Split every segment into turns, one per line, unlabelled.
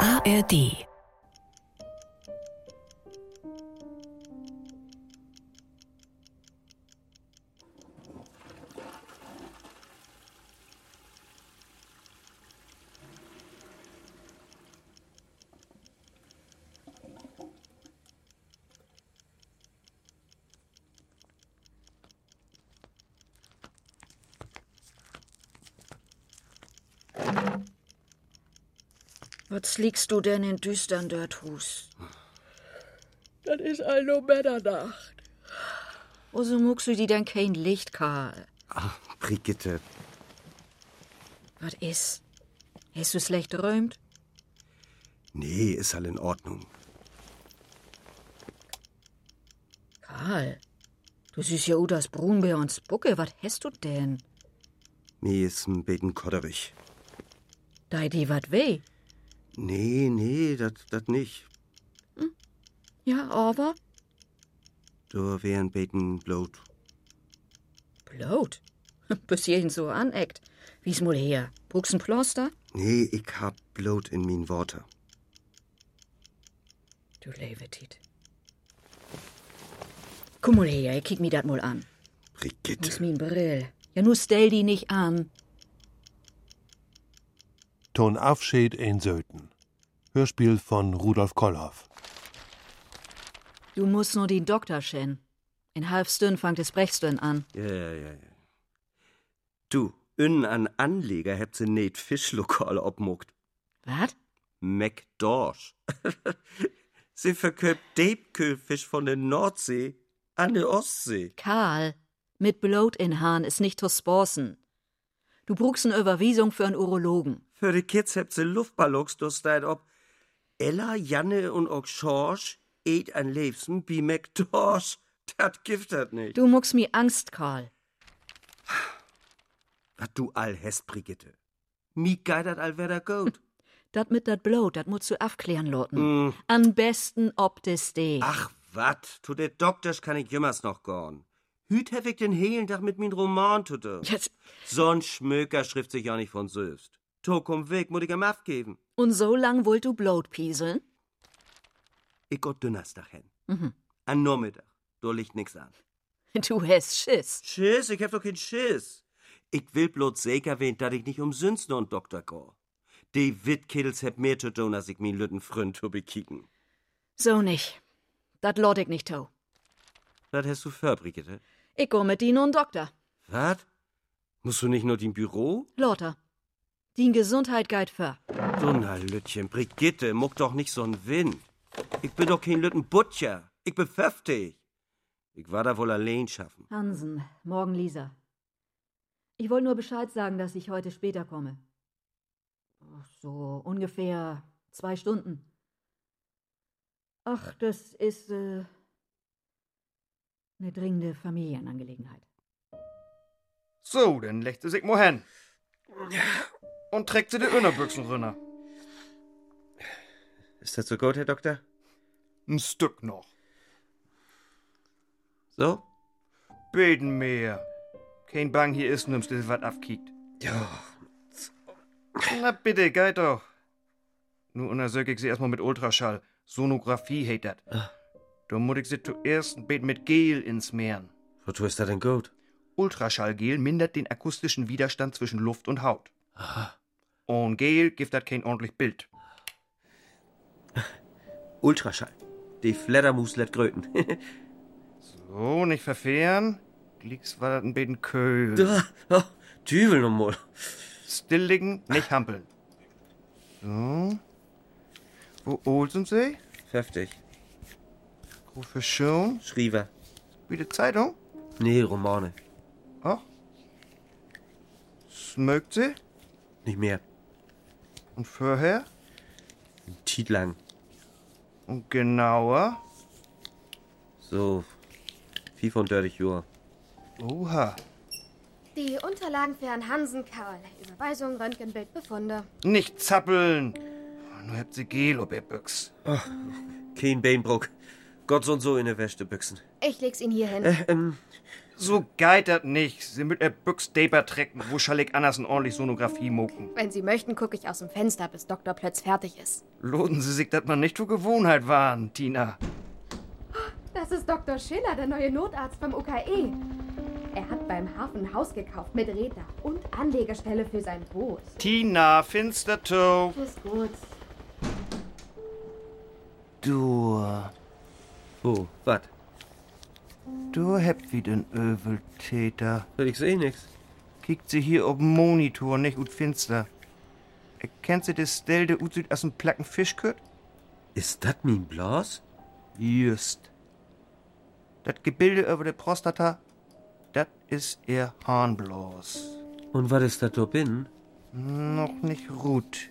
ARD.
Was liegst du denn in düstern Dörthus?
Das ist eine Männernacht.
O so muckst du dir denn kein Licht, Karl?
Ach, Brigitte.
Was ist? Hast du schlecht träumt?
Nee, ist all in Ordnung.
Karl, du siehst ja Udas Brunbär und Spucke. Was hast du denn?
Nee, ist ein bisschen kodderig.
Da die wat weh?
Nee, nee, das nicht.
Ja, aber?
Du wären beten blöd.
Blöd. Bis hierhin so aneckt. Wie's mal her? Buchsen Ploster?
Nee, ich hab blöd in min Worte.
Du Levetit. Komm mal her, ich kick mir dat mal an. Das ist
Brigitte.
min Brill. Ja, nur stell die nicht an.
Ton Afschied in Söten. Hörspiel von Rudolf Kollhoff.
Du musst nur den Doktor schen. In halb Stünn fangt es Brechstünn an.
Ja, ja, ja, ja. Du, innen an Anleger hebt sie net Fischlokal obmuckt.
Wat?
McDorsch. sie verköpft Debkühlfisch von der Nordsee an der Ostsee.
Karl, mit Blut in Hahn ist nicht zu sporsen. Du brugst eine Überwiesung für einen Urologen.
Für die Kids hebt sie Luftballons durchs Leid ob. Ella, Janne und auch Schorsch et an liebsten bi McDorsch. Dat giftet halt nicht.
Du muckst mir Angst, Karl.
Was du all hast, Brigitte. Mi geidert all wer da gut.
Dat mit dat Blut, dat musst du aufklären, Lorten.
Mm.
Am besten ob des D.
Ach, wat? Tu der Doktor kann ich jümmers noch gorn. Hüt hef ich den hehlen Tag mit min Roman tute.
Jetzt,
So'n Schmöker schrift sich ja nicht von selbst. To komm weg, muss ich am abgeben.
und so lang wollt du Blut pieseln?
Ich gott Dünnerstag hin.
Mhm.
An Nachmittag. Da liegt nix an.
Du hast Schiss.
Schiss, ich hab doch keinen Schiss. Ich will bloß sicher wen, dass ich nicht umsünst noch einen Doktor go. Die Wittkiddels hab mehr zu tun, als ich min lütten Freund zu bekicken.
So nicht. Dat lot ich nicht tau.
Was hast du für, Brigitte?
Ich go mit dir nun Doktor.
Was? Musst du nicht nur im Büro?
Lotter. Dien Gesundheit geit für.
Donnerlütchen, Brigitte, muck doch nicht so einen Wind. Ich bin doch kein Lütten Butcher. Ich bin 50. Ich war da wohl allein schaffen.
Hansen, morgen Lisa. Ich wollte nur Bescheid sagen, dass ich heute später komme. Ach, So ungefähr zwei Stunden. Ach, das ist äh, eine dringende Familienangelegenheit.
So, dann legte sich mal hin. Und trägte die Innerbüchsen runter.
Ist das so gut, Herr Doktor?
Ein Stück noch.
So?
Beten mehr. Kein Bang hier ist, nimmst du was abkickt.
Ja.
Na bitte, geht doch. Nur untersöck ich sie erstmal mit Ultraschall. Sonographie hätt dat. Da muss ich sie zuerst ein Bett mit Gel ins Meeren.
Wozu ist das denn gut?
Ultraschallgel mindert den akustischen Widerstand zwischen Luft und Haut. Und Gel gibt dat kein ordentlich Bild.
Ultraschall. Die Fledermaus lädt gröten.
So, nicht verfehren. Glicks war dat ein Beten Köhl.
oh, Tübel noch mal.
Still liegen, nicht hampeln. So. Wo Olsen sie?
50.
Rufe schon.
Schriever.
Wieder Zeitung?
Nee, Romane.
Ach. Smögt sie?
Nicht mehr.
Und vorher?
Ein Tiet lang.
Und genauer?
So. Wie von Dirty Jura.
Oha.
Die Unterlagen für Herrn Hansen, Karl. Überweisung, Röntgenbild, Befunde.
Nicht zappeln! Ah, Nur habt sie Gel, ob ihr Büchs.
Kein Bainbrook. Gott so und so in der Wäschebüchsen.
Ich leg's Ihnen hier hin.
Ähm,
So geitert nicht. Sie mit der Büchsdeber trecken, wo Schalek Andersen ordentlich Sonographie mucken.
Wenn Sie möchten, gucke ich aus dem Fenster, bis Dr. Plötz fertig ist.
Loden Sie sich, dass man nicht zur Gewohnheit waren, Tina.
Das ist Dr. Schiller, der neue Notarzt beim UKE. E. Er hat beim Hafen ein Haus gekauft mit Reeder und Anlegestelle für sein Boot.
Tina, Finstertoe.
Ist gut.
Du,
Wo? Was?
du habt wieder einen Öveltäter.
Ich sehe nix.
Kickt sie hier auf den Monitor, nicht gut finster. Erkennt sie das Stell der Utsüd aus dem Placken Fischkürt?
Ist das mein Blas?
Just. Das Gebilde über der Prostata, das ist ihr Harnblos.
Und was ist das da bin?
Noch nicht gut.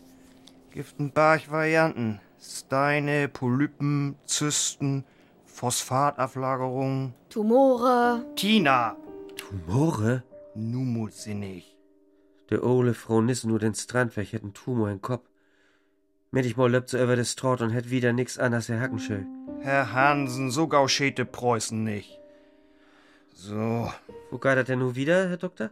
Giften Barch-Varianten. Steine, Polypen, Zysten, Phosphatablagerung.
Tumore.
Tina!
Tumore?
Numusinnig.
Der ole Frau Nissen nur den Strand, welch hätt einen Tumor im Kopf. Mit ich mal löbt so über das Traut und hätt wieder nix anders her Hackenschell.
Herr Hansen, so gauschete Preußen nicht. So.
Wo geht das denn nun wieder, Herr Doktor?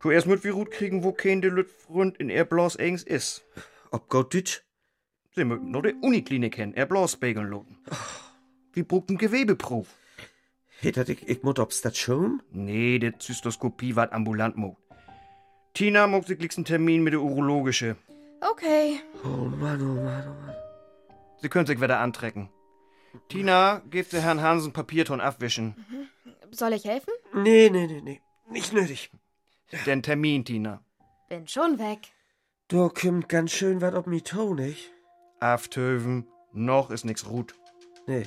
Du erst mit wie Rut kriegen, wo kein de Lüt Fründ in er bloß engs is.
Ob Gott Deutsch?
Sie mögen nur die Uniklinik hin, er bloß begeln loten. Wie brugt ein Gewebeproof?
Hätt dat ich, ich mut ob's dat schon?
Nee, de Zystoskopie wart ambulant mogt. Tina mogt sich liegst einen Termin mit der Urologische.
Okay.
Oh Mann, oh Mann, oh Mann.
Sie können sich wieder antrecken. Tina, gebt der Herrn Hansen Papierton abwischen.
Soll ich helfen?
Nee, nee, nee, nee. Nicht nötig.
Den Termin, Tina.
Bin schon weg.
Da kümmt ganz schön wat ob mi Tau, nicht?
Aftöven, noch ist nix ruht.
Nee.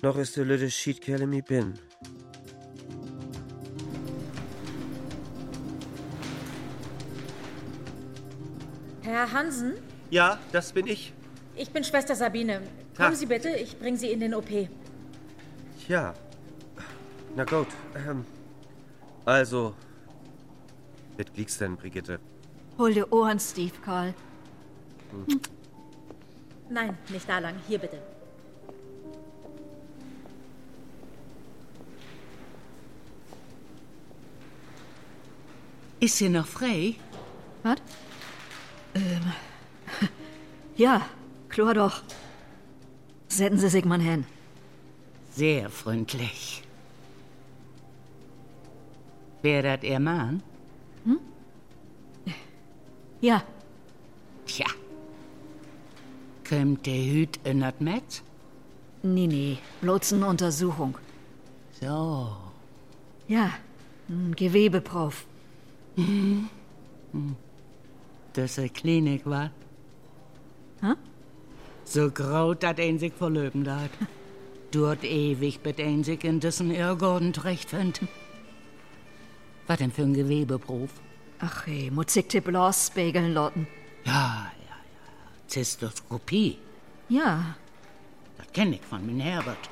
Noch ist der lütte Schiedkerle mi bin.
Herr Hansen,
Ja, das bin ich.
ich bin Schwester Sabine.
Ha.
Kommen Sie bitte, ich bringe Sie in den OP.
Ja. Na gut. Ähm, also. Mit liegt's denn, Brigitte?
Hol dir Ohren, Steve, Karl.
Nein, nicht da lang, hier bitte.
Ist sie noch frei?
Was? Ähm. Ja, klar doch. Setzen Sie sich mal hin.
Sehr freundlich. Wer dat ihr Mann?
Ja,
Tja. Kömmt der Hüt in dat Met?
nee, nee, bloß eine Untersuchung.
So.
Ja, ein Gewebeprof.
dass er Klinik war.
Hä?
So graut dat ein sich verlöben dat. Dort ewig bet ein sich in dessen Irrgarten zurechtfind. Was denn für ein Gewebeprof?
Ach, hey, muss ich die bloß spiegeln lassen.
Ja, ja, ja. Zystoskopie.
Ja,
Das kenn ich von min Herbert.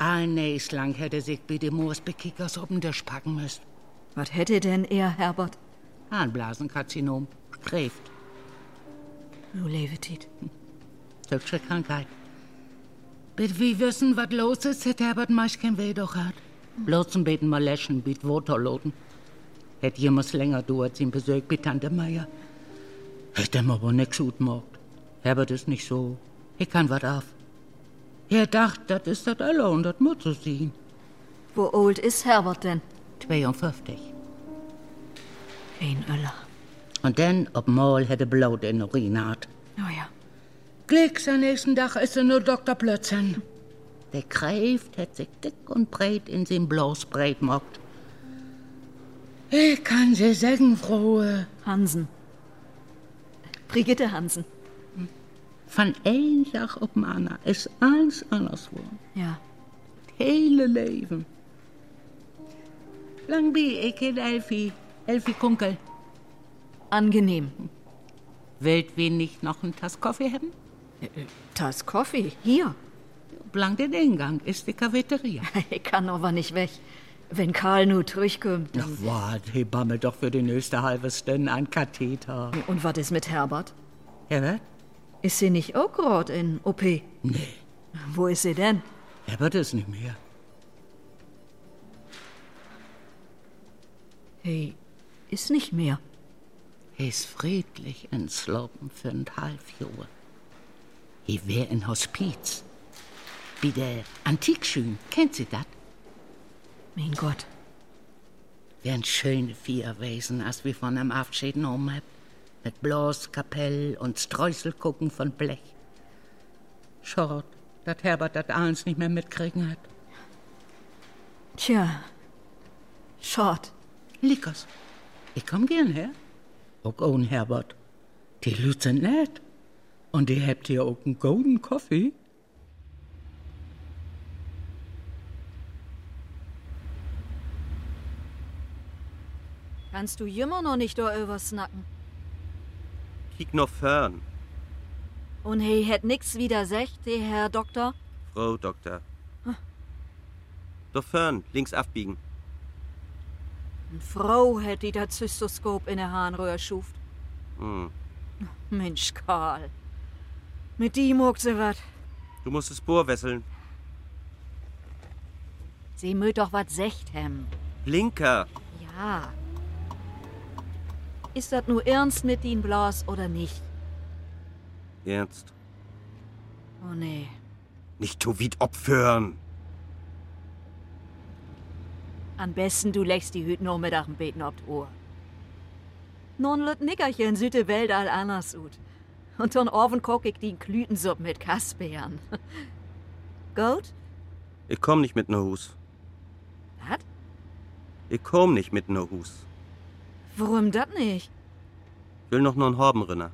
Ein Näs lang hätte sich bitte Moors Bekickers oben Tisch packen Ah, müssen.
was hätte denn er, Herbert?
Harnblasenkarzinom. Kräft.
Du Levetit.
Deutsche Krankheit. Bit wie wissen, was los ist, hätte Herbert meist kein Weh doch hat. Bloß ein beten mal läschen, bit Woterloten. Hätt jemals länger dauert, sein Besuch bei Tante Meier. Hätt ihm aber nix gut gemacht. Herbert ist nicht so. Ich kann was auf. Er dacht, das ist das alle und das muss so sein.
Wo old ist Herbert denn?
52.
Ein Öller.
Und dann, ob mal hätte Blut in den Urin hat.
Oh ja.
Glicks am nächsten Tag ist er nur Dr. Plötzen. Der Kräft hat sich dick und breit in sein Bloß breit mockt. Ich kann sie sagen, Frohe,
Hansen. Brigitte Hansen.
von ein Tag auf den anderen ist alles anders geworden.
Ja.
Das Hele Leben. Lang bi, ich kenn Elfi, Elfi Kunkel.
Angenehm.
Wollt wir nicht noch einen Tass Kaffee haben?
Das Kaffee. Hier.
Blank den Eingang ist die Cafeteria.
Ich kann aber nicht weg. Wenn Karl nur durchkommt.
Na, wart, Hebamme doch für die nächste halbe Stunde an Katheter.
Und was ist mit Herbert?
Ja, was?
Ist sie nicht auch gerade in OP? Nee. Wo ist sie denn?
Herbert ist nicht mehr.
Hey, ist nicht mehr.
Is friedlich entslopen für ein Halfjahr. Hier wär ein Hospiz. Wie der Antikschön, kennt sie das?
Mein Gott.
Wären schöne Vier Wesen, als wir von einem Abschied genommen haben. Mit bloß Kapell und Streuselgucken von Blech. Schade, dass Herbert das eins nicht mehr mitkriegen hat.
Tja. Schad.
Likos, ich komm gern her. Auch ohne Herbert. Die Leute sind nett. Und ihr habt hier auch einen golden Kaffee.
Kannst du immer noch nicht da irgendwas snacken?
Kiek noch fern,
Und hey, hätt nix wieder secht, der Herr Doktor?
Frau Doktor. Doch fern, links abbiegen.
Eine Frau hätt die das Zystoskop in der Harnröhre schuft.
Hm.
Mensch, Karl. Mit die mogt sie wat.
Du musst das Bohr wesseln.
Sie mögt doch wat secht hem.
Blinker.
Ja. Ist das nur ernst mit den Blas oder nicht?
Ernst.
Oh nee.
Nicht Tovit opfern.
Am besten du lächst die Hüt nur mit dem Beten ob d' Ohr. Nun lüt Nickerchen süde Welt all anders ut. Und dann offen guck ich die Klütensupp mit Kaspeeren. Gut?
Ich komm nicht mit ner Hus.
Wat?
Ich komm nicht mit ner Hus.
Warum dat nicht?
Will noch nen Horbenrinner.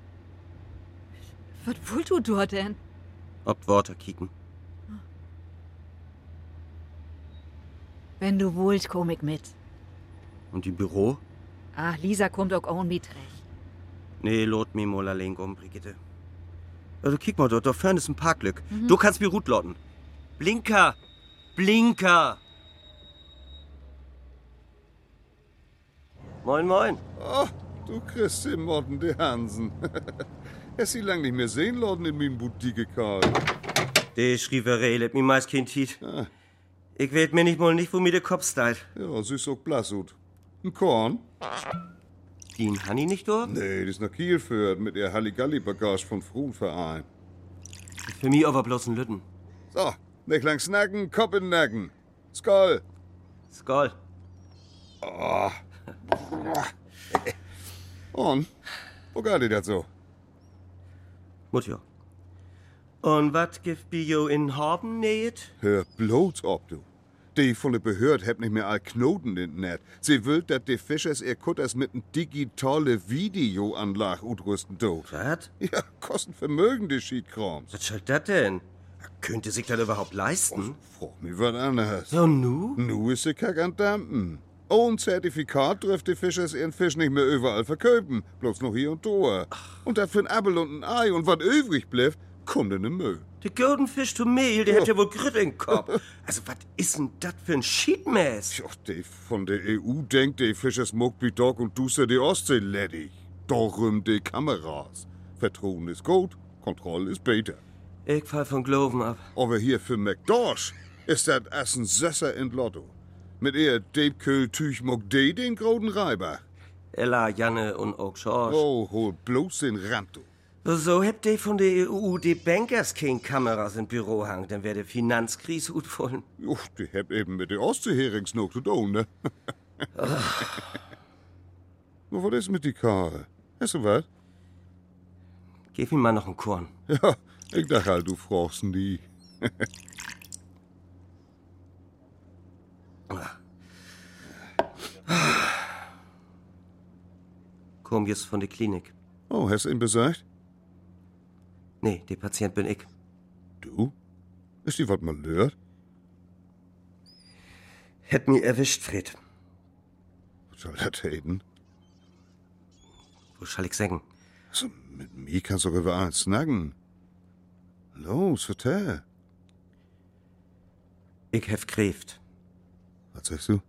Wat wollt du dort denn?
Ob Worte kicken.
Wenn du wollt, komm ich mit.
Und die Büro?
Ach, Lisa kommt auch ohn mit recht.
Nee, lot mi mol allein um, Brigitte. Also kick mal dort, da fern ist ein Parklück. Du kannst mir gut lotten. Blinker! Blinker! Moin, moin.
Du Christi Morten de Hansen. Es sie lang nicht mehr sehen, Lorden in min Boutique, Karl.
De Schrieverei lebt mi meist kein Tiet. Ich weet mir nicht mal nicht, wo mir de Kopf steilt.
Ja, sie ist auch blass ut. Ein Korn?
Den Hanni nicht dort?
Nee, die ist nach Kiel führt mit ihr Halligalli-Bagage vom Fruenverein.
Für mi aber bloß ein Lütten.
So, nicht lang snacken, Kopf in den Nacken. Skoll.
Skoll.
Und? Wo geht ihr das so?
Mutjo. Und wat gibt Bio in Horben nähet?
Hör bloß ob, du. Die von der Behörde hat nicht mehr all Knoten in den Net. Sie will, dass die Fischers ihr Kutters mit einem digitale Videoanlage utrüsten tut.
Wat?
Ja, kosten Vermögen, die Schiedkrams.
Was soll dat denn? Könnte sich das überhaupt leisten?
Frag mich was anderes.
Mhm. So nu?
Nu ist sie kack an Dampen. Ohne Zertifikat dürfen die Fischers ihren Fisch nicht mehr überall verkaufen. Bloß noch hier und da. Und das für ein Appel und ein Ei und was übrig bleibt, kommt in den Müll.
Der Golden Fish to Mehl, der hat ja wohl Grit im Kopf. Also, was ist denn das für ein Schiedmess?
Tja, die von der EU denkt, die Fischers Muckbidog und Duster die Ostsee ledig. Darum die Kameras. Vertrauen ist gut, Kontrolle ist besser.
Ich fall von Gloven ab.
Aber hier für McDorsch ist das Essen Sösser in Lotto. Mit ihr Debköhl Tüchmuck D den großen Reiber.
Ella, Janne und auch Schorsch.
Oh, hol bloß den Rand, du.
So habt ihr von der EU die Bankers King Kameras im Büro hang, dann wär der Finanzkrise gut wollen.
Uch, die hab eben mit der Ostseeherings noch zu tun, ne? Nur was ist mit die Karl? Hast du was?
Gib ihm mal noch einen Korn.
Ja, ich dachte halt, du fragst nie.
Komm jetzt von der Klinik.
Oh, hast du ihm besagt?
Nee, der Patient bin ich.
Du? Ist die was malört?
Hätt mir erwischt, Fred.
Was soll das reden?
Wo soll ich sagen?
Also, mit mir kannst du über eins snacken. Los, vertell.
Ich hef Kräft.
Was sagst du?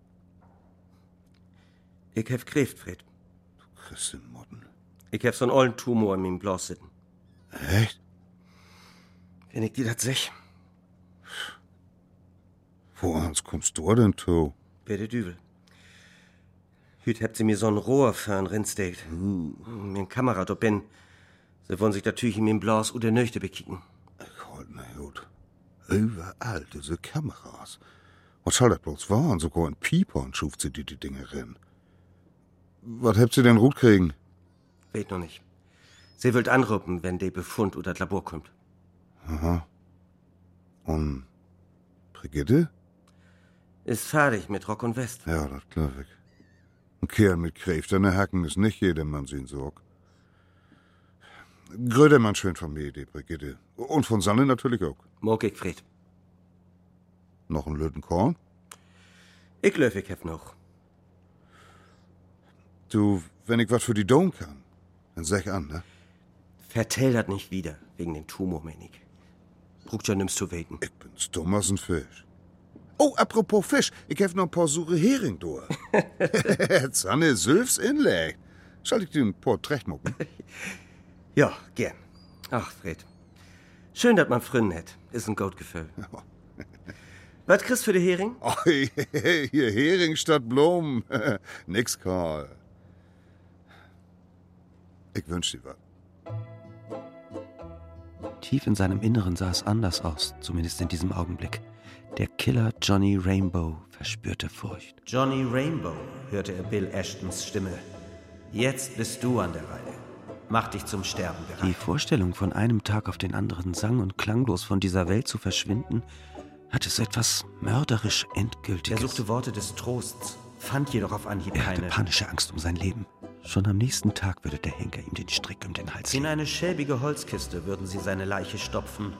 Ich hef Kräft, Fred.
Christin Motten.
Ich hef so einen ollen Tumor in meinem Blas sitten.
Echt?
Wenn ich dir das sag,
Wo eins kommst du denn zu?
wär der Düvel. Hüt habt sie mir so ein Rohr für ein Rindsteak. Hm. Mir Kamera do bin. Sie wollen sich natürlich mit dem Blas oder Nöchte bekicken.
Gott, na gut. Überall diese Kameras. Was soll das bloß waren? Sogar in Piepern schuft sie die, die Dinge rein. Was habt sie denn gut kriegen?
Weht noch nicht. Sie wird anrufen, wenn der Befund oder das Labor kommt.
Und Brigitte?
Ist fertig mit Rock und West.
Ja, das glaub ich. Ein Kerl mit Kräften in der Hacken ist nicht jedermann sin Sorg. Grödemann schön von mir, die Brigitte. Und von Sanne natürlich auch.
Morg ich Fred.
Noch ein Lötenkorn?
Ich löf ich hab noch.
Du, wenn ich was für die Dome kann, dann sag an, ne?
Vertell dat nicht wieder, wegen dem Tumor, Menig. Brugt ja nimmst zu weten.
Ich bin's dumm als ein Fisch. Oh, apropos Fisch, ich hef noch ein paar sure Hering durch. Sanne Sülfs Inlay. Soll ich dir ein Porträt mucken?
Ja, gern. Ach, Fred. Schön, dass man Fründen hat. Ist ein Goldgefühl. Was kriegst für die Hering?
Oh, hier Hering statt Blumen. Nix, Karl. Ich wünsch dir was.
Tief in seinem Inneren sah es anders aus, zumindest in diesem Augenblick. Der Killer Johnny Rainbow verspürte Furcht.
Johnny Rainbow, hörte er Bill Ashtons Stimme. Jetzt bist du an der Reihe. Mach dich zum Sterben
Die
bereit.
Vorstellung, von einem Tag auf den anderen sang- und klanglos von dieser Welt zu verschwinden, hatte so etwas mörderisch
Er
Endgültiges.
suchte Worte des Trosts, fand jedoch auf Anhieb
Er hatte
keine.
panische Angst um sein Leben. Schon am nächsten Tag würde der Henker ihm den Strick um den Hals
In
legen.
eine schäbige Holzkiste würden sie seine Leiche stopfen.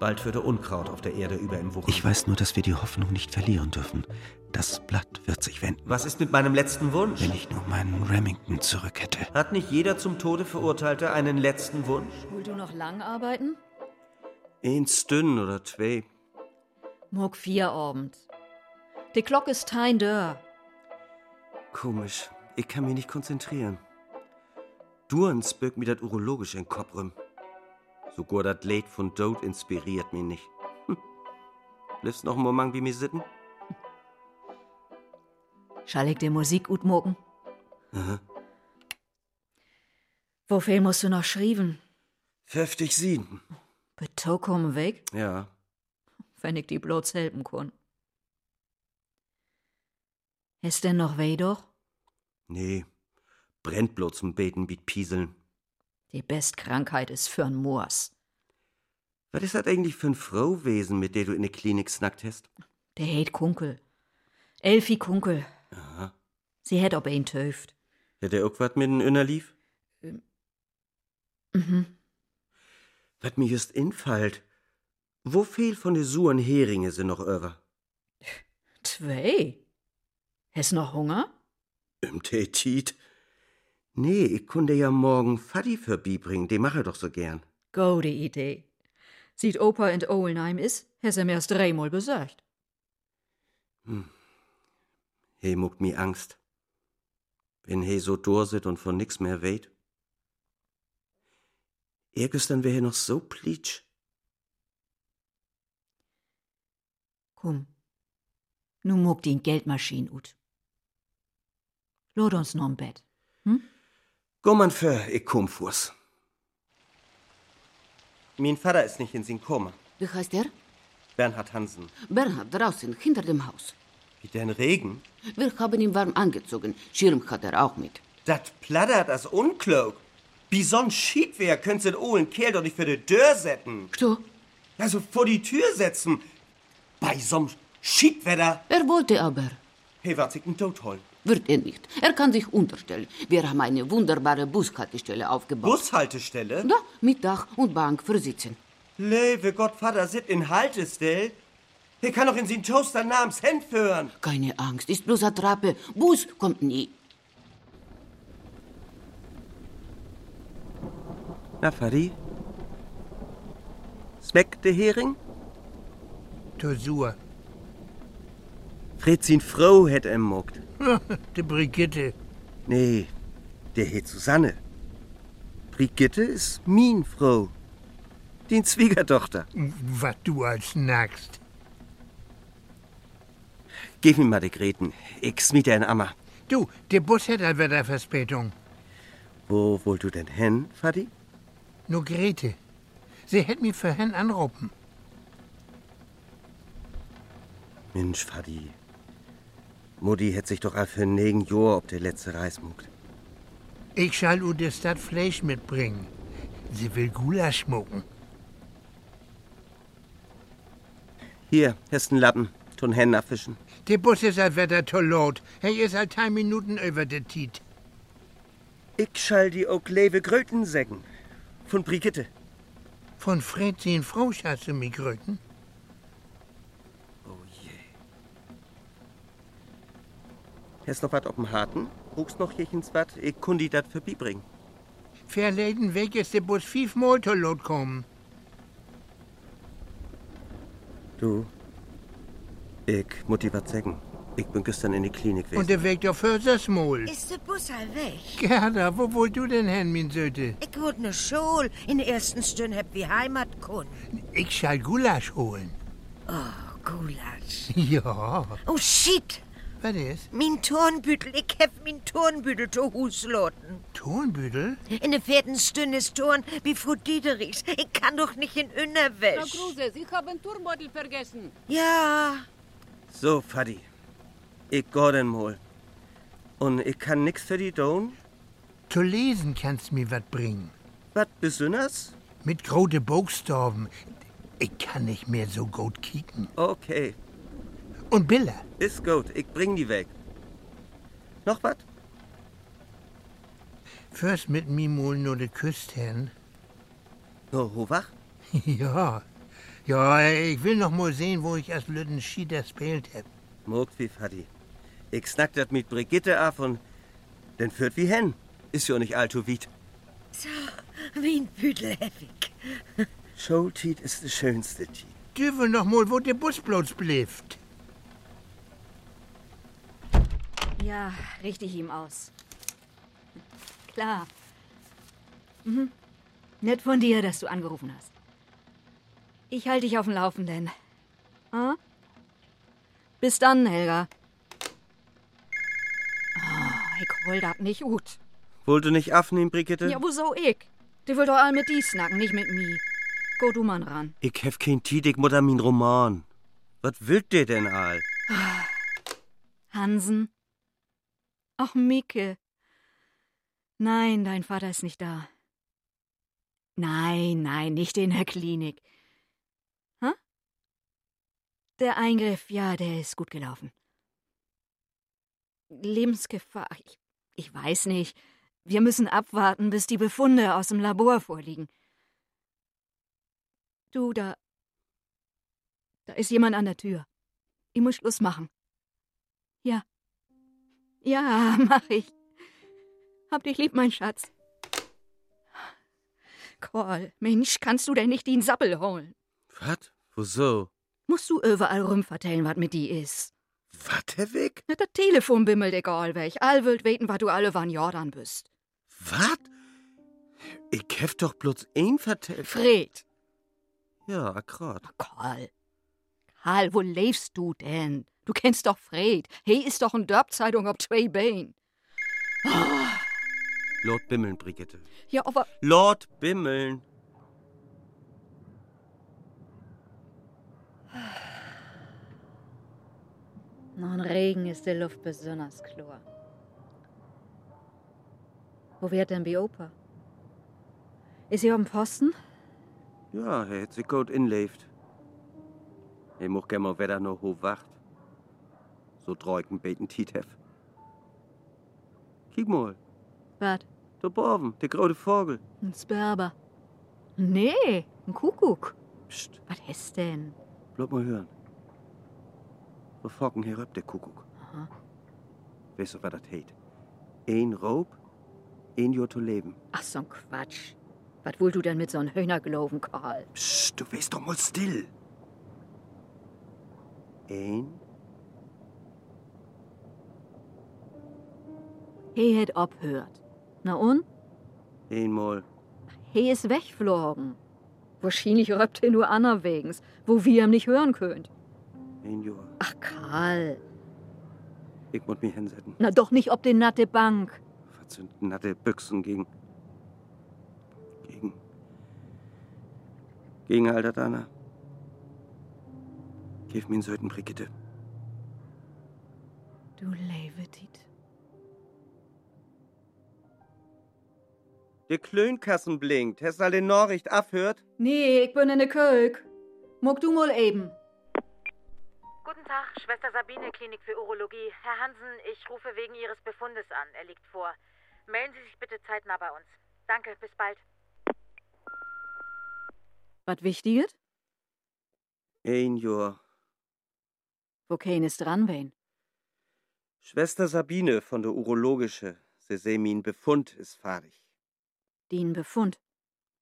Bald würde Unkraut auf der Erde über ihm wuchern.
Ich weiß nur, dass wir die Hoffnung nicht verlieren dürfen. Das Blatt wird sich wenden.
Was ist mit meinem letzten Wunsch?
Wenn ich nur meinen Remington zurück hätte.
Hat nicht jeder zum Tode Verurteilte einen letzten Wunsch?
Will du noch lang arbeiten?
Eins dünn oder zwei.
Morg vier Abend. Die Glock ist tein dörr.
Komisch. Ich kann mich nicht konzentrieren. Durens birgt mir das urologisch in Kopf rüm. Sogar das Lied von Dode inspiriert mich nicht. Hm. Lebst noch einen Moment wie mir sitten?
Schall ich dir Musik gut mucken? Wo viel musst du noch schrieben?
50 sieben.
Betokum weg,
Ja.
wenn ich die bloß helfen kann. Ist denn noch weh doch?
Nee. Brennt bloß zum Beten wie Pieseln.
Die Bestkrankheit ist für'n Moors.
Was ist das eigentlich für ein Frauwesen, mit der du in der Klinik snackt hast?
Der hätt Kunkel. Elfi Kunkel. Sie hätt ob ihn töft.
Hätte er irgendwas mit dem Innerlief?
Mhm.
Was mir just infallt. Wo viel von de suren Heringe sind noch över?
Zwei. Hast noch Hunger?
Im Tätit? Nee, ich kunde ja morgen Fadi für Bi bringen, den mache doch so gern.
Gode Idee. Sieht Opa in Olenheim is, has er mir erst dreimal besagt.
He muckt mi Angst. Wenn he so dorsit und von nix mehr weht. Irgendwann wär he noch so plitsch.
Komm. Nu muck den Geldmaschinen ut. Lod uns noch Bett.
Guck man für, ich komm fuß. Mein Vater ist nicht in sin Koma.
Wie heißt er?
Bernhard Hansen.
Bernhard, draußen, hinter dem Haus.
Wie den Regen?
Wir haben ihn warm angezogen. Schirm hat er auch mit.
Dat plattert as unklug. Bison schied wer, könnt's den ohlen Kerl doch nicht für de Dörr setten.
So,
Also vor die Tür setzen. Bei so'm Schiedwetter.
er wollte aber.
Hey, was ich denn tot holen?
Wird er nicht. Er kann sich unterstellen. Wir haben eine wunderbare Bushaltestelle aufgebaut.
Bushaltestelle?
Da, Mittag und Bank für Sitzen.
Lebe Gottvater, sit in Haltestell. Hier kann doch in sin Toaster namens Hemd führen.
Keine Angst, ist bloß eine Trappe. Bus kommt nie.
Na, Fadi? Smeckt de Hering?
Tosur.
Fred sin Frau hätt em mockt.
Die Brigitte.
Nee, der hätt Susanne. Brigitte ist min Frau. Die Zwiegertochter.
Was du als nackst.
Gib mir mal die Greten. Ich smiet in Ammer.
Du, der Bus hat halt eine Wetterverspätung.
Wo wollt du denn hin, Fadi?
Nur Grete. Sie hätt mich vorhin anrufen.
Mensch, Fadi. Mutti hätt sich doch all für negen Jahr ob der letzte Reis muckt.
Ich schall u der Stadt Fleisch mitbringen. Sie will Gulasch schmucken.
Hier, hast einen Lappen. Tun Hennen abwischen.
Der Bus ist ein Wetter toll laut. Er ist halt drei Minuten über der Tiet.
Ich schall die Oklewe Gröten sägen. Von Brigitte.
Von Fritzin Frosch hast du mich gröten?
Hast noch was auf dem Harten? Rugst noch hierchens wat? Ich kundi dat für Bi bringen.
Verleden Weg ist der Bus fünfmal toll laut kommen.
Du, ich Mutti wat sägen. Ich bin gestern in die Klinik gewesen.
Und der Weg doch Försersmol.
Ist der Bus all weg?
Gerda, wo wollt du denn hin, mein Söte?
Ich wollte ne Schule. In der ersten Stunde hab wie Heimat kund.
Ich schall Gulasch holen.
Oh, Gulasch.
Ja.
Oh, shit.
Was ist?
Mein Turnbüttel. Ich hab mein Turnbüttel zu Hus loten.
Turnbüdel?
In der vierten Stunde ist Turn wie vor Diederichs. Ich kann doch nicht in
Frau
Innerwäsch.
Kruse, Sie haben Turmbeutel vergessen.
Ja.
So, Fadi. Ich geh denn mal. Und ich kann nix für die tun.
Zu lesen kannst mir wat bringen.
Wat besonders?
Mit grote Buchstaben. Ich kann nicht mehr so gut kicken.
Okay,
Und Billa,
ist gut. Ich bring die weg. Noch wat?
fürst mit mir mal nur de Küst hin.
No, ho wach?
ja. Ja, ich will noch mal sehen, wo ich erst Lütten Schieder spielt hab.
Mogt wie Fadi. Ich snack dat mit Brigitte af und dann führt wie hen. Ist ja nicht allzu weit.
So, mein Büdel hab ich.
Schultiet ist das schönste Tiet.
Düvel noch mal, wo der Bus bloß blifft.
Ja, richte ich ihm aus. Klar. Mhm. Nett von dir, dass du angerufen hast. Ich halte dich auf dem Laufenden. Hm? Bis dann, Helga. Oh, ich hol dat nicht gut.
Wollt du nicht afnehmen, Brigitte?
Ja, wieso ich? Du willst doch all mit die snacken, nicht mit mir. Go du Mann ran.
Ich hef kein Tiet, ich mutter min Roman. Was willt dir denn all?
Hansen. Ach, Micke. Nein, dein Vater ist nicht da. Nein, nein, nicht in der Klinik. Hä? Der Eingriff, ja, der ist gut gelaufen. Lebensgefahr, ach, ich, ich weiß nicht. Wir müssen abwarten, bis die Befunde aus dem Labor vorliegen. Du, da. Da ist jemand an der Tür. Ich muss Schluss machen. Ja. Ja, mach ich. Hab dich lieb, mein Schatz. Call, Mensch, kannst du denn nicht den Sappel holen?
Was? Wieso?
Musst du überall rumvertellen, was mit die ist.
Was, Herr Weg?
Na, das Telefon bimmelt egal welch. All wild weten, was du alle wann Jordan bist.
Was? Ich hef doch bloß ein vertellt.
Fred.
Ja, akkurat.
Karl. Karl, wo lebst du denn? Du kennst doch Fred. Hey, ist doch ein Dörbzeitung ob zwei Bein.
Lord Bimmeln, Brigitte.
Ah, Ja, aber.
Lord Bimmeln.
Nach dem Regen ist die Luft besonders klar. Wo wird denn die Opa? Ist sie auf dem Posten?
Ja, er hat sich gut inlebt. Ich muss gern mal wieder noch hoch wacht. So treugen beten Titef. Kick mal,
Was?
der Borben, der große Vogel.
Ein Sperber. Nee, ein Kuckuck. Psst. Was ist denn?
Bleib mal hören. Wir focken herab, der Kuckuck.
Aha.
Weißt du, was das heißt? Ein Raub, ein Jahr zu leben.
Ach, so'n Quatsch. Was wollt du denn mit so'n Höhnergeloven, Karl?
Psst, du bist doch mal still. Ein,
He het obhört. Na und?
einmal.
He ist wegflogen. Wahrscheinlich röppt he nur aner wegens, wo wir ihm nicht hören könnt.
Ein Jahr.
Ach, Karl.
Ich muss mich hinsetzen.
Na doch nicht ob den natte Bank.
Verzünden natte Büchsen gegen. gegen. gegen alter Dana. Gib mir einen Söten, Brigitte.
Du Levetit.
Der Klönkassen blinkt. Hast du all den Norricht abhört?
Nee, ich bin in der Kölk. Muck du mal eben.
Guten Tag, Schwester Sabine, Klinik für Urologie. Herr Hansen, ich rufe wegen Ihres Befundes an. Er liegt vor. Melden Sie sich bitte zeitnah bei uns. Danke, bis bald.
Was Wichtiges?
Ein Jahr.
Wo kein ist dran, wen?
Schwester Sabine von der Urologische. Sie sehen, mein Befund ist fahrig.
Den Befund.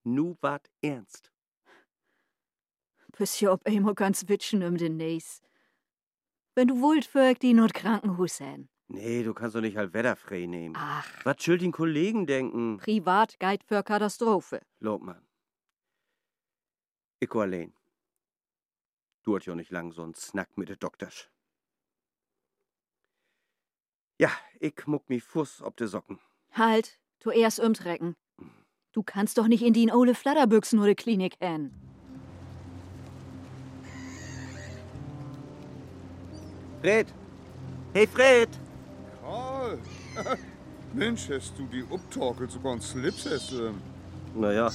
Nu wart ernst.
Bis hier ob emo ganz witschen um den Näs. Wenn du wollt, fög die not Krankenhus hin.
Nee, du kannst doch nicht halt Wetter frei nehmen.
Ach.
Was soll den Kollegen denken?
Privat geit für Katastrophe.
Lob, Mann. Ich go allein. Du hat ja nicht lang so einen Snack mit der Doktorsch. Ja, ich muck mi Fuß ob de Socken.
Halt, du erst umtrecken. Du kannst doch nicht in die Ole Flatterbüchsen oder Klinik hin.
Fred! Hey, Fred!
Karl! Mensch, hast du die Uptorkel sogar einen Slips essen.
Naja.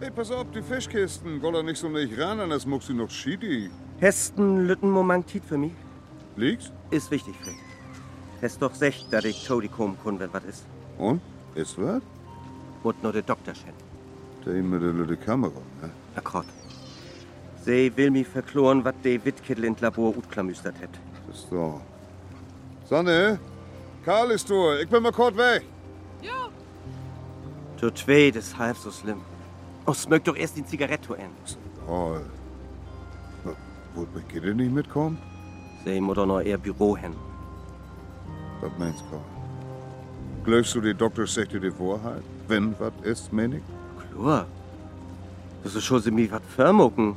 Hey, pass auf, die Fischkisten. Goll da nicht so nicht ran, anders muckst du noch Schidi.
Hesten lütten Momentit für mich.
Liegst?
Ist wichtig, Fred. Hast doch recht, dass ich Todi kommen kann, wenn was ist.
Und? Ist was?
Mut nur der Doktor schen.
Der mit der lüde Kamera, ne?
Na Gott. Sie will mich verkloren, was de Wittkittel in Labor utklamüstert hat.
Ist so. Sonne? Karl ist du. Ich bin mal kurz weg.
Du zwei, das ist halb so schlimm. Oh, smög doch erst die Zigarette an.
Karl. W- Wollt mich Gitte nicht mitkommen?
Sie muss doch noch ihr Büro hin.
Was meinst du, Karl? Glaubst du, der Doktor sagt dir die Wahrheit? Wenn was ist, meine ich?
Klar. Das ist schon sie mich was vermucken.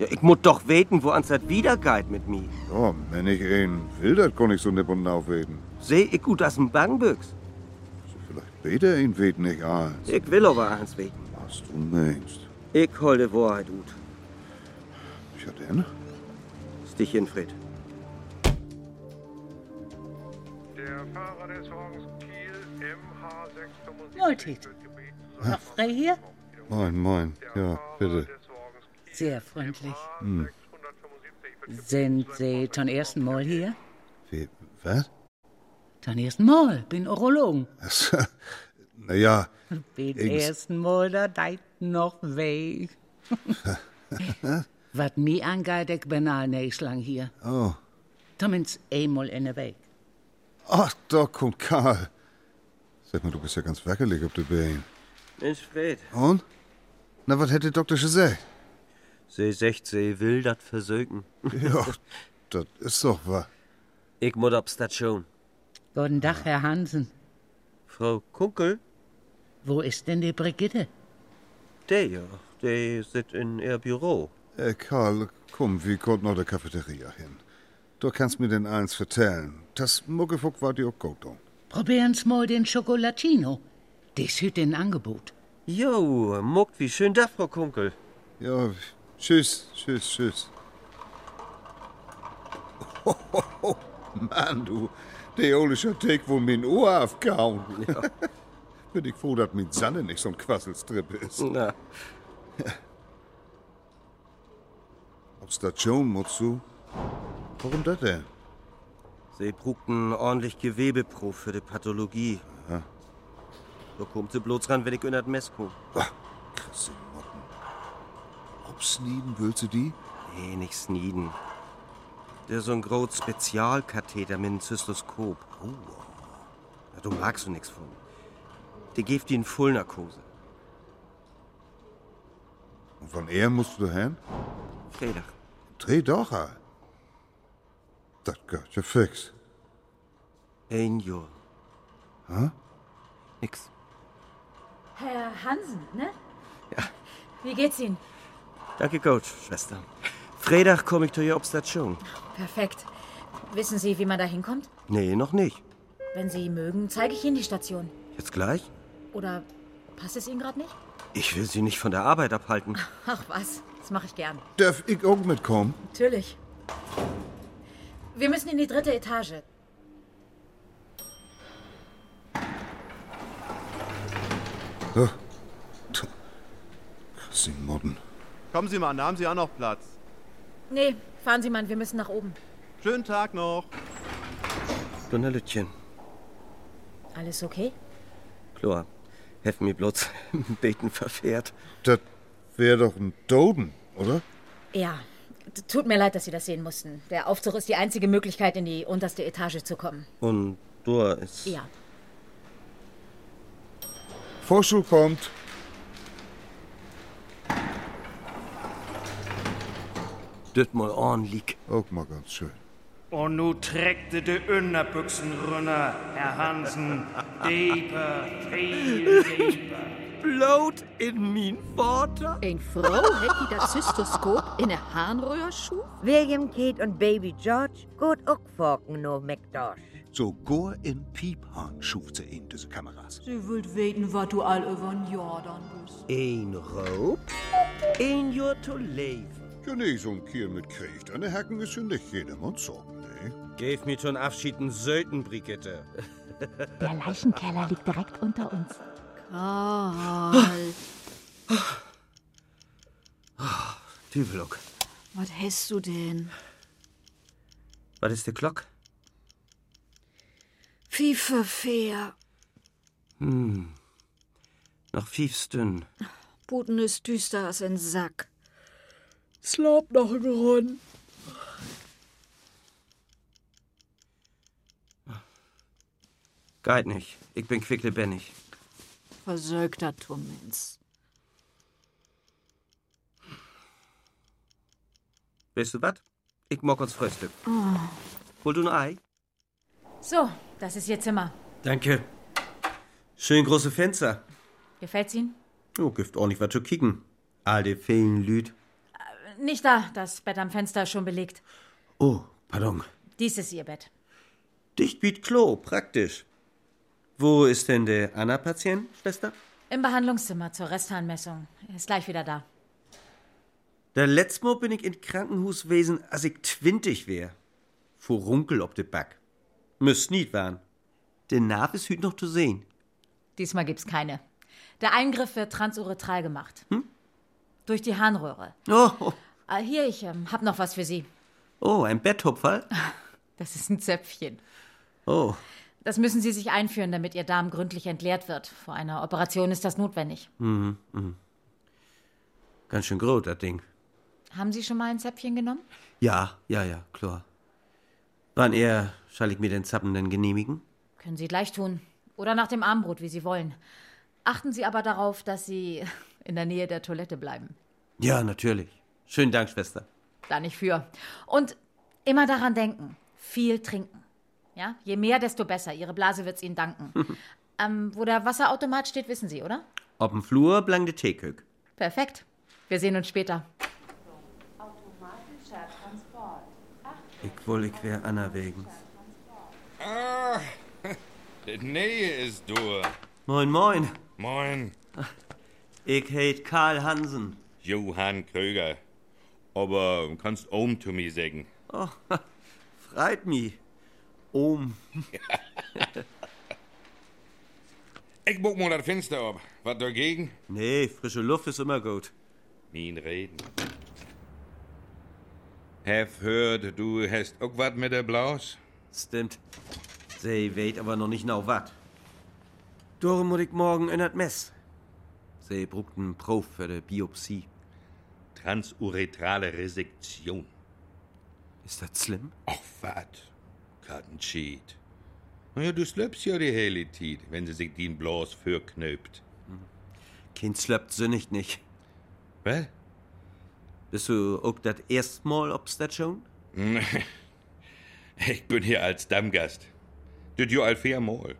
Ja, ich muss doch weten, wo ans das wieder geht mit mir.
Ja, wenn ich ihn will, das kann ich so nipp und nau weten.
Seh ich gut aus dem Bangbüchs.
Also Bete ihn weten nicht ein.
Ich will aber eins weten.
Was du meinst.
Ich hol die Wahrheit ut.
Ja, denn?
Stich in, Fred.
Multit. Noch frei hier?
Moin, moin. Ja, bitte.
Sehr freundlich.
Hm.
Sind Sie zum ersten Mal hier?
Wie, was?
Zum ersten Mal, bin Urologen.
Naja,
Bin
Irgends-
ersten Mal, da deit noch weg. Was mich angeht, ich bin all nicht lang hier.
oh.
Zumindest einmal in der Weg.
Ach, da kommt Karl. Sag mal, du bist ja ganz wackelig ob du Bein.
Mensch, Fred.
Und? Na, was hätte Dr. gesagt?
Sie sagt, sie will das versögen.
Ja, das ist doch wahr.
Ich muss ob's das schon.
Guten Tag, Herr Hansen.
Frau Kunkel?
Wo ist denn die Brigitte?
Der ja, der sitzt in ihr Büro.
Äh, Karl, komm, wir kommt noch der Cafeteria hin. Du kannst mir denn eins vertellen. Das Muckefuck war dir auch gut. tun.
Probieren's mal den Schocolatino. Das hüt in Angebot.
Jo, muckt, wie schön da, Frau Kunkel.
Ja, tschüss, tschüss, tschüss. Mann, du, der Ole Schatek wohl mein Ohr aufgehauen. Bin ich froh, dass mit Sanne nicht so ein Quasselstrip ist.
Na.
Auf Station, Mutsu. Warum das denn?
Sie brugten ordentlich Gewebeprof für die Pathologie.
Ja.
Da kommt sie bloß ran, wenn ich in das Mess komme.
Chrissy Motten. Obsnieden willst du die?
Nee, nicht snieden. Der so ein groß Spezialkatheter mit einem Zystoskop. Oh. Na, du magst du nix von. Der gibt dir in Vollnarkose.
Und von er musst du hin?
Fredag.
Dreh doch an. Das gehört ja fix.
Ein Jahr.
Hä?
Nix.
Herr Hansen, ne? Ja. Wie geht's Ihnen?
Danke, Coach, Schwester. Freitag komme ich zu ihr Obstation.
Perfekt.
Wissen Sie, wie man da hinkommt?
Nee, noch nicht.
Wenn Sie mögen, zeige ich Ihnen die Station.
Jetzt gleich?
Oder passt es Ihnen gerade nicht?
Ich will Sie nicht von der Arbeit abhalten.
Ach was, das mache ich gern.
Darf ich auch mitkommen?
Natürlich. Wir müssen in die dritte Etage.
Ah. Tch. Sie Modden.
Kommen Sie mal, da haben Sie auch noch Platz.
Nee, fahren Sie, Mann, wir müssen nach oben.
Schönen Tag noch.
Donnerlütchen,
Alles okay?
klar. Heft mir bloß beten verfährt.
Das wäre doch ein Doden, oder?
Ja. T- Tut mir leid, dass Sie das sehen mussten. Der Aufzug ist die einzige Möglichkeit, in die unterste Etage zu kommen.
Und Dor ist.
Ja.
Vorschul kommt.
Das mal ordentlich.
Auch mal ganz schön.
Und nu trägte de Unterbüchsen runter, Herr Hansen. Deeper, viel deeper.
Bloot in min Worte?
Ein Frau hätte das Zystoskop in der Harnröhre schuf?
William, Kate und Baby George gut auch forken no McDosh.
Sogar im Piephahn schuf sie ihn diese Kameras.
Sie wollt weten, was du all übern Jordan bist.
Ein Raub,
Ein Jahr zu leben. Ja, nee, so ein Kiel mit Krieg. Deine Hacken ist ja nicht jedermanns Sorgen, ne? nee.
Gave mir schon Abschied in Söten, Brigitte.
Der Leichenkeller liegt direkt unter uns.
Karl,
Tüvelock.
was hast du denn?
Was ist der Glock?
Wie verfehr.
Hm. Noch fiefs dünn.
Buten ist düster als ein Sack. Slaub noch ein Grund.
Geht nicht. Ich bin quicklebendig.
Versögter Tummins.
Weißt du was? Ich mag uns Frühstück.
Oh.
Hol du ein Ei?
So, das ist Ihr Zimmer.
Danke. Schön große Fenster.
Gefällt's Ihnen?
Oh, gibt ordentlich was zu kicken. All die vielen Lüd.
Nicht da, das Bett am Fenster ist schon belegt.
Oh, pardon.
Dies ist Ihr Bett.
Dicht biet Klo, praktisch. Wo ist denn der Anna-Patient, Schwester?
Im Behandlungszimmer zur Restharnmessung. Er ist gleich wieder da.
Der letzte Mal bin ich in Krankenhuswesen, als ich 20 wär. Furunkel ob de Back. Müsst nicht waren. Den Narb ist hüt noch zu sehen.
Diesmal gibt's keine. Der Eingriff wird transuretral gemacht.
Hm?
Durch die Harnröhre.
Oh,
Ah, hier, ich ähm, hab noch was für Sie.
oh, ein Betthupferl?
Das ist ein Zäpfchen.
Oh,
Das müssen Sie sich einführen, damit Ihr Darm gründlich entleert wird. Vor einer Operation ist das notwendig.
mhm, mhm. Ganz schön groß, das Ding.
Haben Sie schon mal ein Zäpfchen genommen?
Ja, ja, ja, klar. Wann eher schall ich mir den Zappen denn genehmigen?
Können Sie gleich tun. Oder nach dem Armbrot, wie Sie wollen. Achten Sie aber darauf, dass Sie in der Nähe der Toilette bleiben.
Ja, natürlich. Schönen Dank, Schwester.
Da nicht für. Und immer daran denken. Viel trinken. Ja? Je mehr, desto besser. Ihre Blase wird's Ihnen danken. ähm, wo der Wasserautomat steht, wissen Sie, oder?
Ob'm Flur blang de Teekök.
Perfekt. Wir sehen uns später.
Ich wohl, ich wär Anna wegen.
Das Ah, Nähe ist du.
Moin, moin.
Moin.
Ich heit Karl Hansen.
Johann Köger. Aber kannst Ohm zu mir sagen.
Oh, freit mi. Ohm.
Ich buck mal das Fenster ab. Was dagegen?
Nee, frische Luft ist immer gut.
Mien reden. Hef hört, du hast auch was mit der Blaus?
Stimmt. Sie weht aber noch nicht genau wat. Dorum muss ich morgen in dat Mess. Sie brucht einen Prof für de Biopsie.
Transuretrale Resektion.
Ist das schlimm?
Ach, wat? Kartenschied. Naja, du slöpst ja die hele Tiet, wenn sie sich den Blaus fürknöpt.
Kind schleppt sie nicht nicht.
Was?
Bist du auch dat erstmal ob's dat schon?
Ich bin hier als Stammgast. Das jo all fair mal.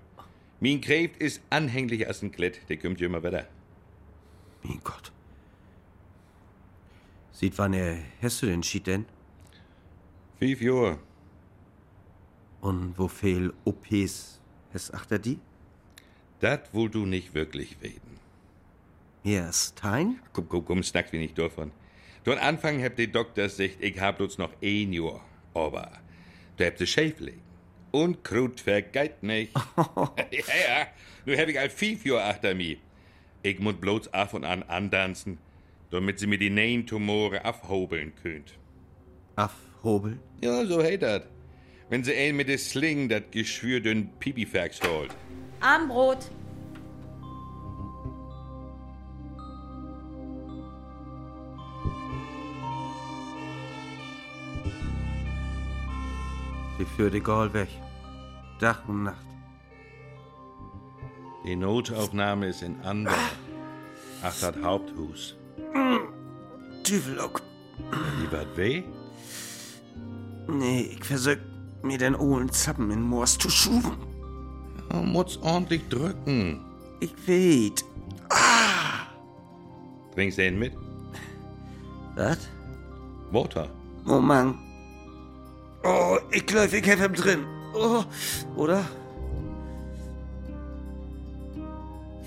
Mein Kräft ist anhänglich als ein Klett, der kommt ja immer wieder.
Mein Gott. Sieht wann er hast du den Schied denn?
Fünf Jahre.
Und wo fehl OPs? Es achter die?
Dat wo du nicht wirklich reden.
Mir ist tein?
Komm, komm, komm, snack wenig davon. Dort Anfang habt die Doktor sagt, ich hab bloß noch ein Jahr. Aber du habt die Schäfling. Und Krut vergeit mich. ja, ja, nu hab ich all fünf Jahre achter mi. Ich muss bloß af und an andanzen, damit sie mir die neuen Tumore afhobeln könnt.
Afhobel?
Ja, so hätt dat. Wenn sie ein mit der Sling dat Geschwür den Pipifax holt.
Armbrot.
Sie führt die Gaul weg. Dach und Nacht.
Die Notaufnahme ist in Andor. Ach, das Haupthus.
Tüfelock.
Die wat weh?
Nee, ich versöck mir den ohlen Zappen in Moors zu schuben.
Man muss ordentlich drücken.
Ich weet.
Trinkst du einen mit?
Was?
Water.
Oh Mann. Oh, ich glaub, ich hab ihn drin. Oh, oder?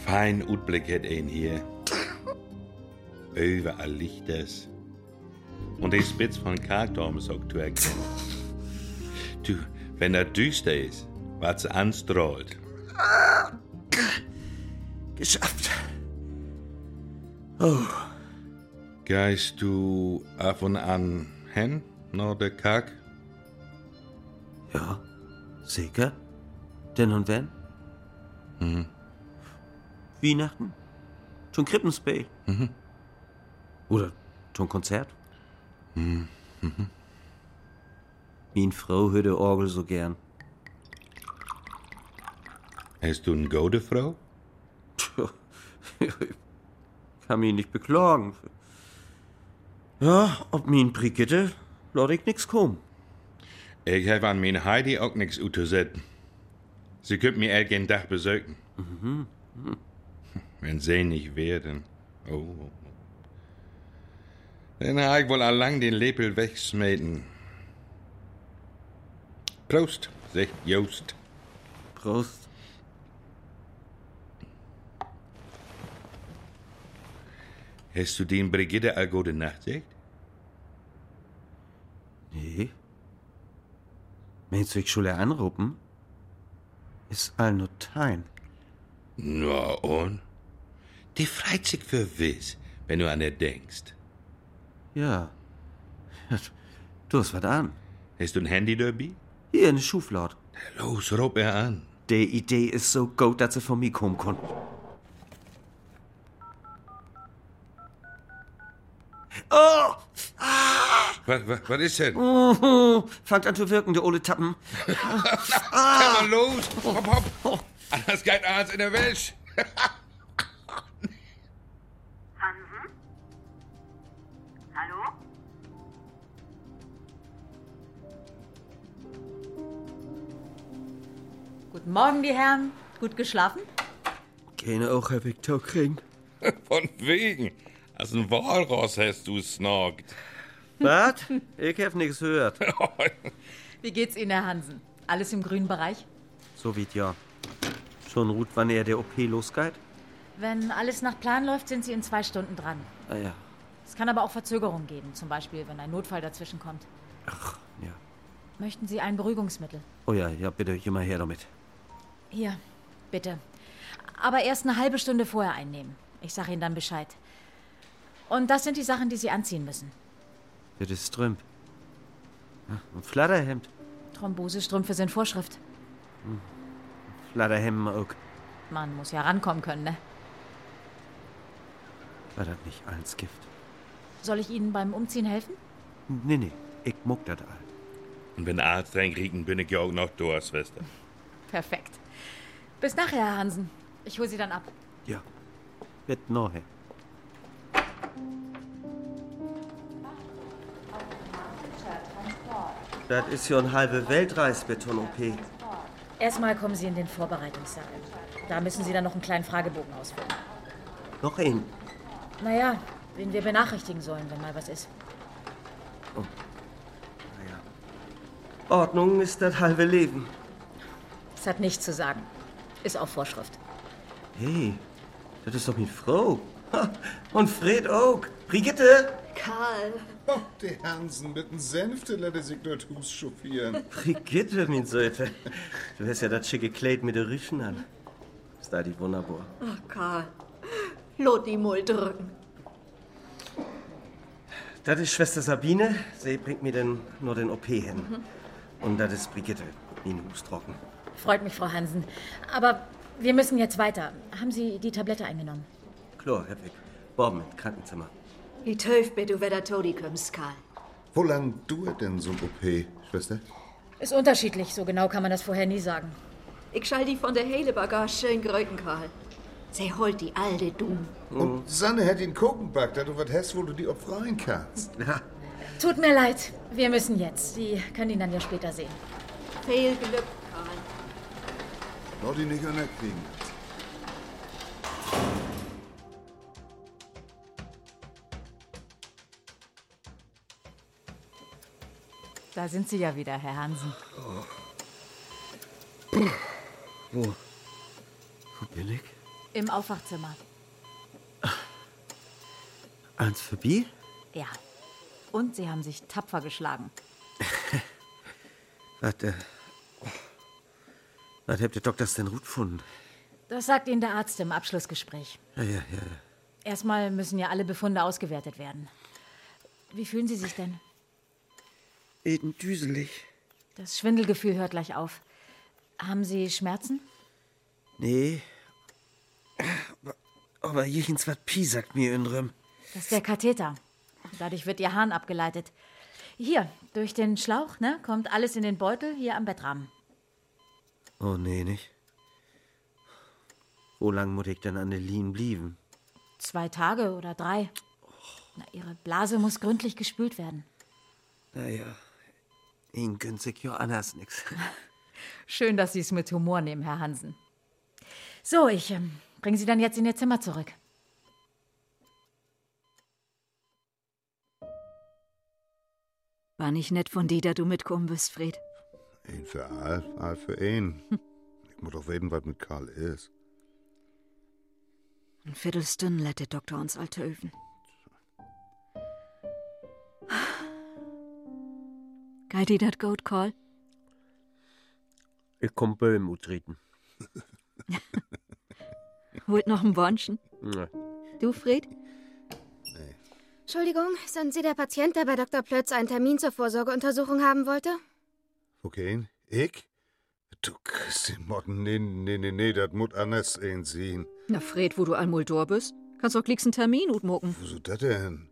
Fein Utblick hätt ihn hier. Überall Lichters. Und die Spitz von Karkdorm ist auch zu erkennen. Du, wenn er düster ist, was anstrahlt.
Geschafft. Oh.
Geist du ab und an hin, nach der Kack?
Ja, sicher. Denn und wenn?
Mhm.
Weihnachten? Zum Krippenspiel?
Mhm.
Oder zum Konzert?
Mhm. Mhm.
Mien Frau hört die Orgel so gern.
Hast du eine gute Frau?
Tja, ich kann mich nicht beklagen. Ja, ob mien Brigitte, lade ich nix kommen.
Ich habe an mein Heidi auch nichts utzusetzen. Sie könnt mir irgendein Dach besorgen.
Mhm. Mhm.
Wenn sie nicht werden. Oh. Dann habe ich wohl allang den Lepel wegsmeten. Prost, sagt Joost.
Prost.
Hast du den Brigitte all gute Nacht sagt?
Nee. Meinst du, ich schule anrufen? Ist all nur tein.
Na und? Die freut sich für wiss, wenn du an ihr denkst.
Ja. Du hast was an.
Hast du ein Handy derby?
Hier in der Schuflad.
Los, rob er an.
Die Idee ist so gut, dass sie von mir kommen kann. Oh!
Was, was, was ist denn?
Oh, fangt an zu wirken, der Ole Tappen.
Ah. Komm mal los! Hopp, hopp! Anders geht Arzt in der Wäsche!
Hansen? Hallo?
Guten Morgen, die Herren. Gut geschlafen?
Keine auch hab ich Tau kriegen.
Von wegen! Als ein Walross hast du snorkt.
Was? Ich hab nix gehört.
Wie geht's Ihnen, Herr Hansen? Alles im grünen Bereich?
So wie ja. Schon ruht, wann er der OP losgeht?
Wenn alles nach Plan läuft, sind Sie in zwei Stunden dran.
Ah ja.
Es kann aber auch Verzögerungen geben, zum Beispiel, wenn ein Notfall dazwischen kommt.
Ach, ja.
Möchten Sie ein Beruhigungsmittel?
Oh ja, ja, bitte, immer her damit.
Hier, bitte. Aber erst eine halbe Stunde vorher einnehmen. Ich sage Ihnen dann Bescheid. Und das sind die Sachen, die Sie anziehen müssen.
Das ist Strümp. Ja, ein Flatterhemd. Hm.
Thrombosestrümpfe sind Vorschrift.
Flatterhemden auch.
Man muss ja rankommen können, ne?
War das nicht alles Gift?
Soll ich Ihnen beim Umziehen helfen?
Nee, nee, ich muck das all.
Und wenn Arzt reinkriegen, bin ich ja auch noch da, Schwester.
Perfekt. Bis nachher, Herr Hansen. Ich hole Sie dann ab.
Ja, wird nachher. Das ist ja ein halbe Weltreis, Beton-OP.
Erstmal kommen Sie in den Vorbereitungssaal. Da müssen Sie dann noch einen kleinen Fragebogen ausfüllen.
Noch ein.
Naja, wen wir benachrichtigen sollen, wenn mal was ist.
Oh. Naja. Ordnung ist das halbe Leben.
Es hat nichts zu sagen. Ist auch Vorschrift.
Hey, das ist doch meine Frau. Ha, Und Fred auch. Brigitte!
Karl.
Oh, der Hansen mit dem Senfte lässt sich dort Hus chauffieren.
Brigitte, mein Söte. Du hast ja das schicke Kleid mit den Rüschen an. Ist da die wunderbar.
Ach, Karl. Lot die Mull drücken.
Das ist Schwester Sabine. Sie bringt mir denn nur den OP hin.
Mhm.
Und das ist Brigitte. Mein Hus trocken.
Freut mich, Frau Hansen. Aber wir müssen jetzt weiter. Haben Sie die Tablette eingenommen?
Chlor, Herr Pick. Borben, Krankenzimmer.
I töf bit du wedder Todi kommst, Karl.
Wo lang dauert denn so ein OP, Schwester?
Ist unterschiedlich. So genau kann man das vorher nie sagen.
Ich schall die von der hele Bagage schön gröten, Karl. Sie holt die alte Dumm.
Und Sanne hat den Kokenback, da du also was hast, wo du die opfreien kannst.
Ja.
Tut mir leid. Wir müssen jetzt. Sie können ihn dann ja später sehen.
Viel Glück, Karl.
Lass die nicht anerkriegen.
Da sind Sie ja wieder, Herr Hansen.
Wo? Wo bin ich?
Im Aufwachzimmer.
Ans vorbei?
Ja. Und Sie haben sich tapfer geschlagen.
Warte. Was habt ihr Doktor denn gut gefunden?
Das sagt Ihnen der Arzt im Abschlussgespräch.
Ja, ja, ja. ja.
Erstmal müssen ja alle Befunde ausgewertet werden. Wie fühlen Sie sich denn?
Eben düselig.
Das Schwindelgefühl hört gleich auf. Haben Sie Schmerzen?
Nee. Aber jechens wat pisagt mir inrem.
Das ist der Katheter. Dadurch wird Ihr Hahn abgeleitet. Hier, durch den Schlauch, ne, kommt alles in den Beutel hier am Bettrahmen.
Oh, nee, nicht. Wo lang muss ich denn an der Lien blieben?
Zwei Tage oder drei. Na, Ihre Blase muss gründlich gespült werden.
Naja, ihn gönnt sich ja anders nix.
Schön, dass Sie es mit Humor nehmen, Herr Hansen.
So, ich ähm, bringe Sie dann jetzt in Ihr Zimmer zurück.
War nicht nett von dir, dass du mitkommen bist, Fred.
Ein für all, all für ein. Ich muss doch reden, was mit Karl ist.
Ein Viertelstunde lädt der Doktor uns alte Öfen. Geht dir das gut, Karl?
Ich komm Böhm utreten.
Holt noch ein Wunschen? Du, Fred?
Entschuldigung, sind Sie der Patient, der bei Dr. Plötz einen Termin zur Vorsorgeuntersuchung haben wollte?
Okay, ich? Du Christin Motten, nee, nee, nee, nee, das muss anders sehen.
Na, Fred, wo du einmal da bist, kannst doch gleich einen Termin utmucken.
Wieso das denn?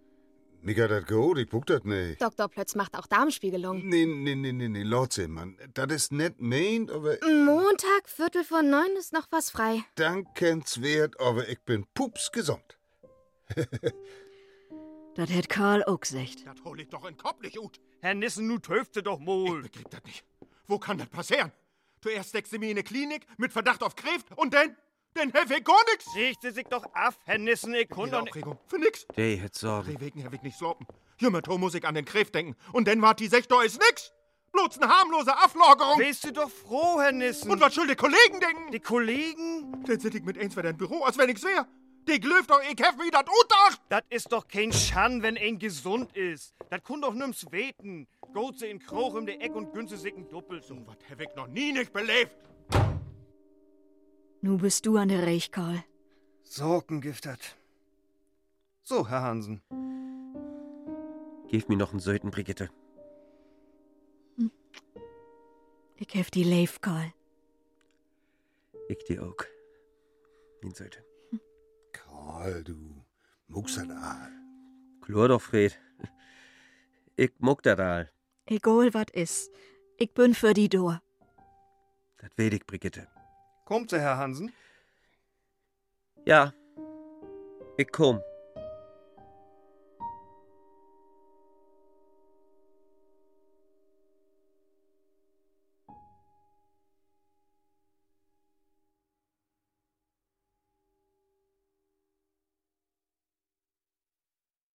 Mika dat geholt, ich guck dat nicht.
Dr. Plötz macht auch Darmspiegelung.
Nee, nee, nee, nee, nee, Lotze, Mann. Das ist nett meint, aber
Montag, Viertel vor neun, ist noch was frei.
dankenswert, aber ich bin pups gesund.
Das hätt Karl auch gesagt.
Das hol ich doch in Kopf nicht ut. Herr Nissen, nu töfte doch mol. Ich begriff das nicht. Wo kann das passieren? Zuerst steckst du mich in eine Klinik mit Verdacht auf Kräft und dann, dann helfe ich gar nix. Richte sich doch ab, Herr Nissen, ich
kun doch-
Aufregung. Für nix.
Der hat Sorgen.
Die Wegen, Herr Weg, nicht slopen. Jümmerto muss ich an den Kräft denken. Und dann wart die Sektor ist nix. Bloß eine harmlose Aflagerung. Bist du doch froh, Herr Nissen. Und was soll die Kollegen denken? Die Kollegen? Dann sitt ich mit eins bei dein Büro, als wenn ich's wär. Die glüft doch, ich hef mir dat Utacht.
Das ist doch kein Schan, wenn ein gesund ist. Das kun doch nimm's weten. Goze in Kroch im der Eck und Günze sicken doppelt. So was
hab ich noch nie nicht belebt.
Nu bist du an der Reich, Karl.
Sorgengiftert. So, Herr Hansen.
Gib mir noch einen Söten, Brigitte.
Ich helf die Leif, Karl.
Ich dir auch. Mein Söte.
Karl, du ah, Muxadal.
Chlor doch, Fred. Ich muck dat all.
Egal wat is. Ich bin für die Dor.
Dat weet ich, Brigitte.
Kommt sie, Herr Hansen?
Ja. Ich komm.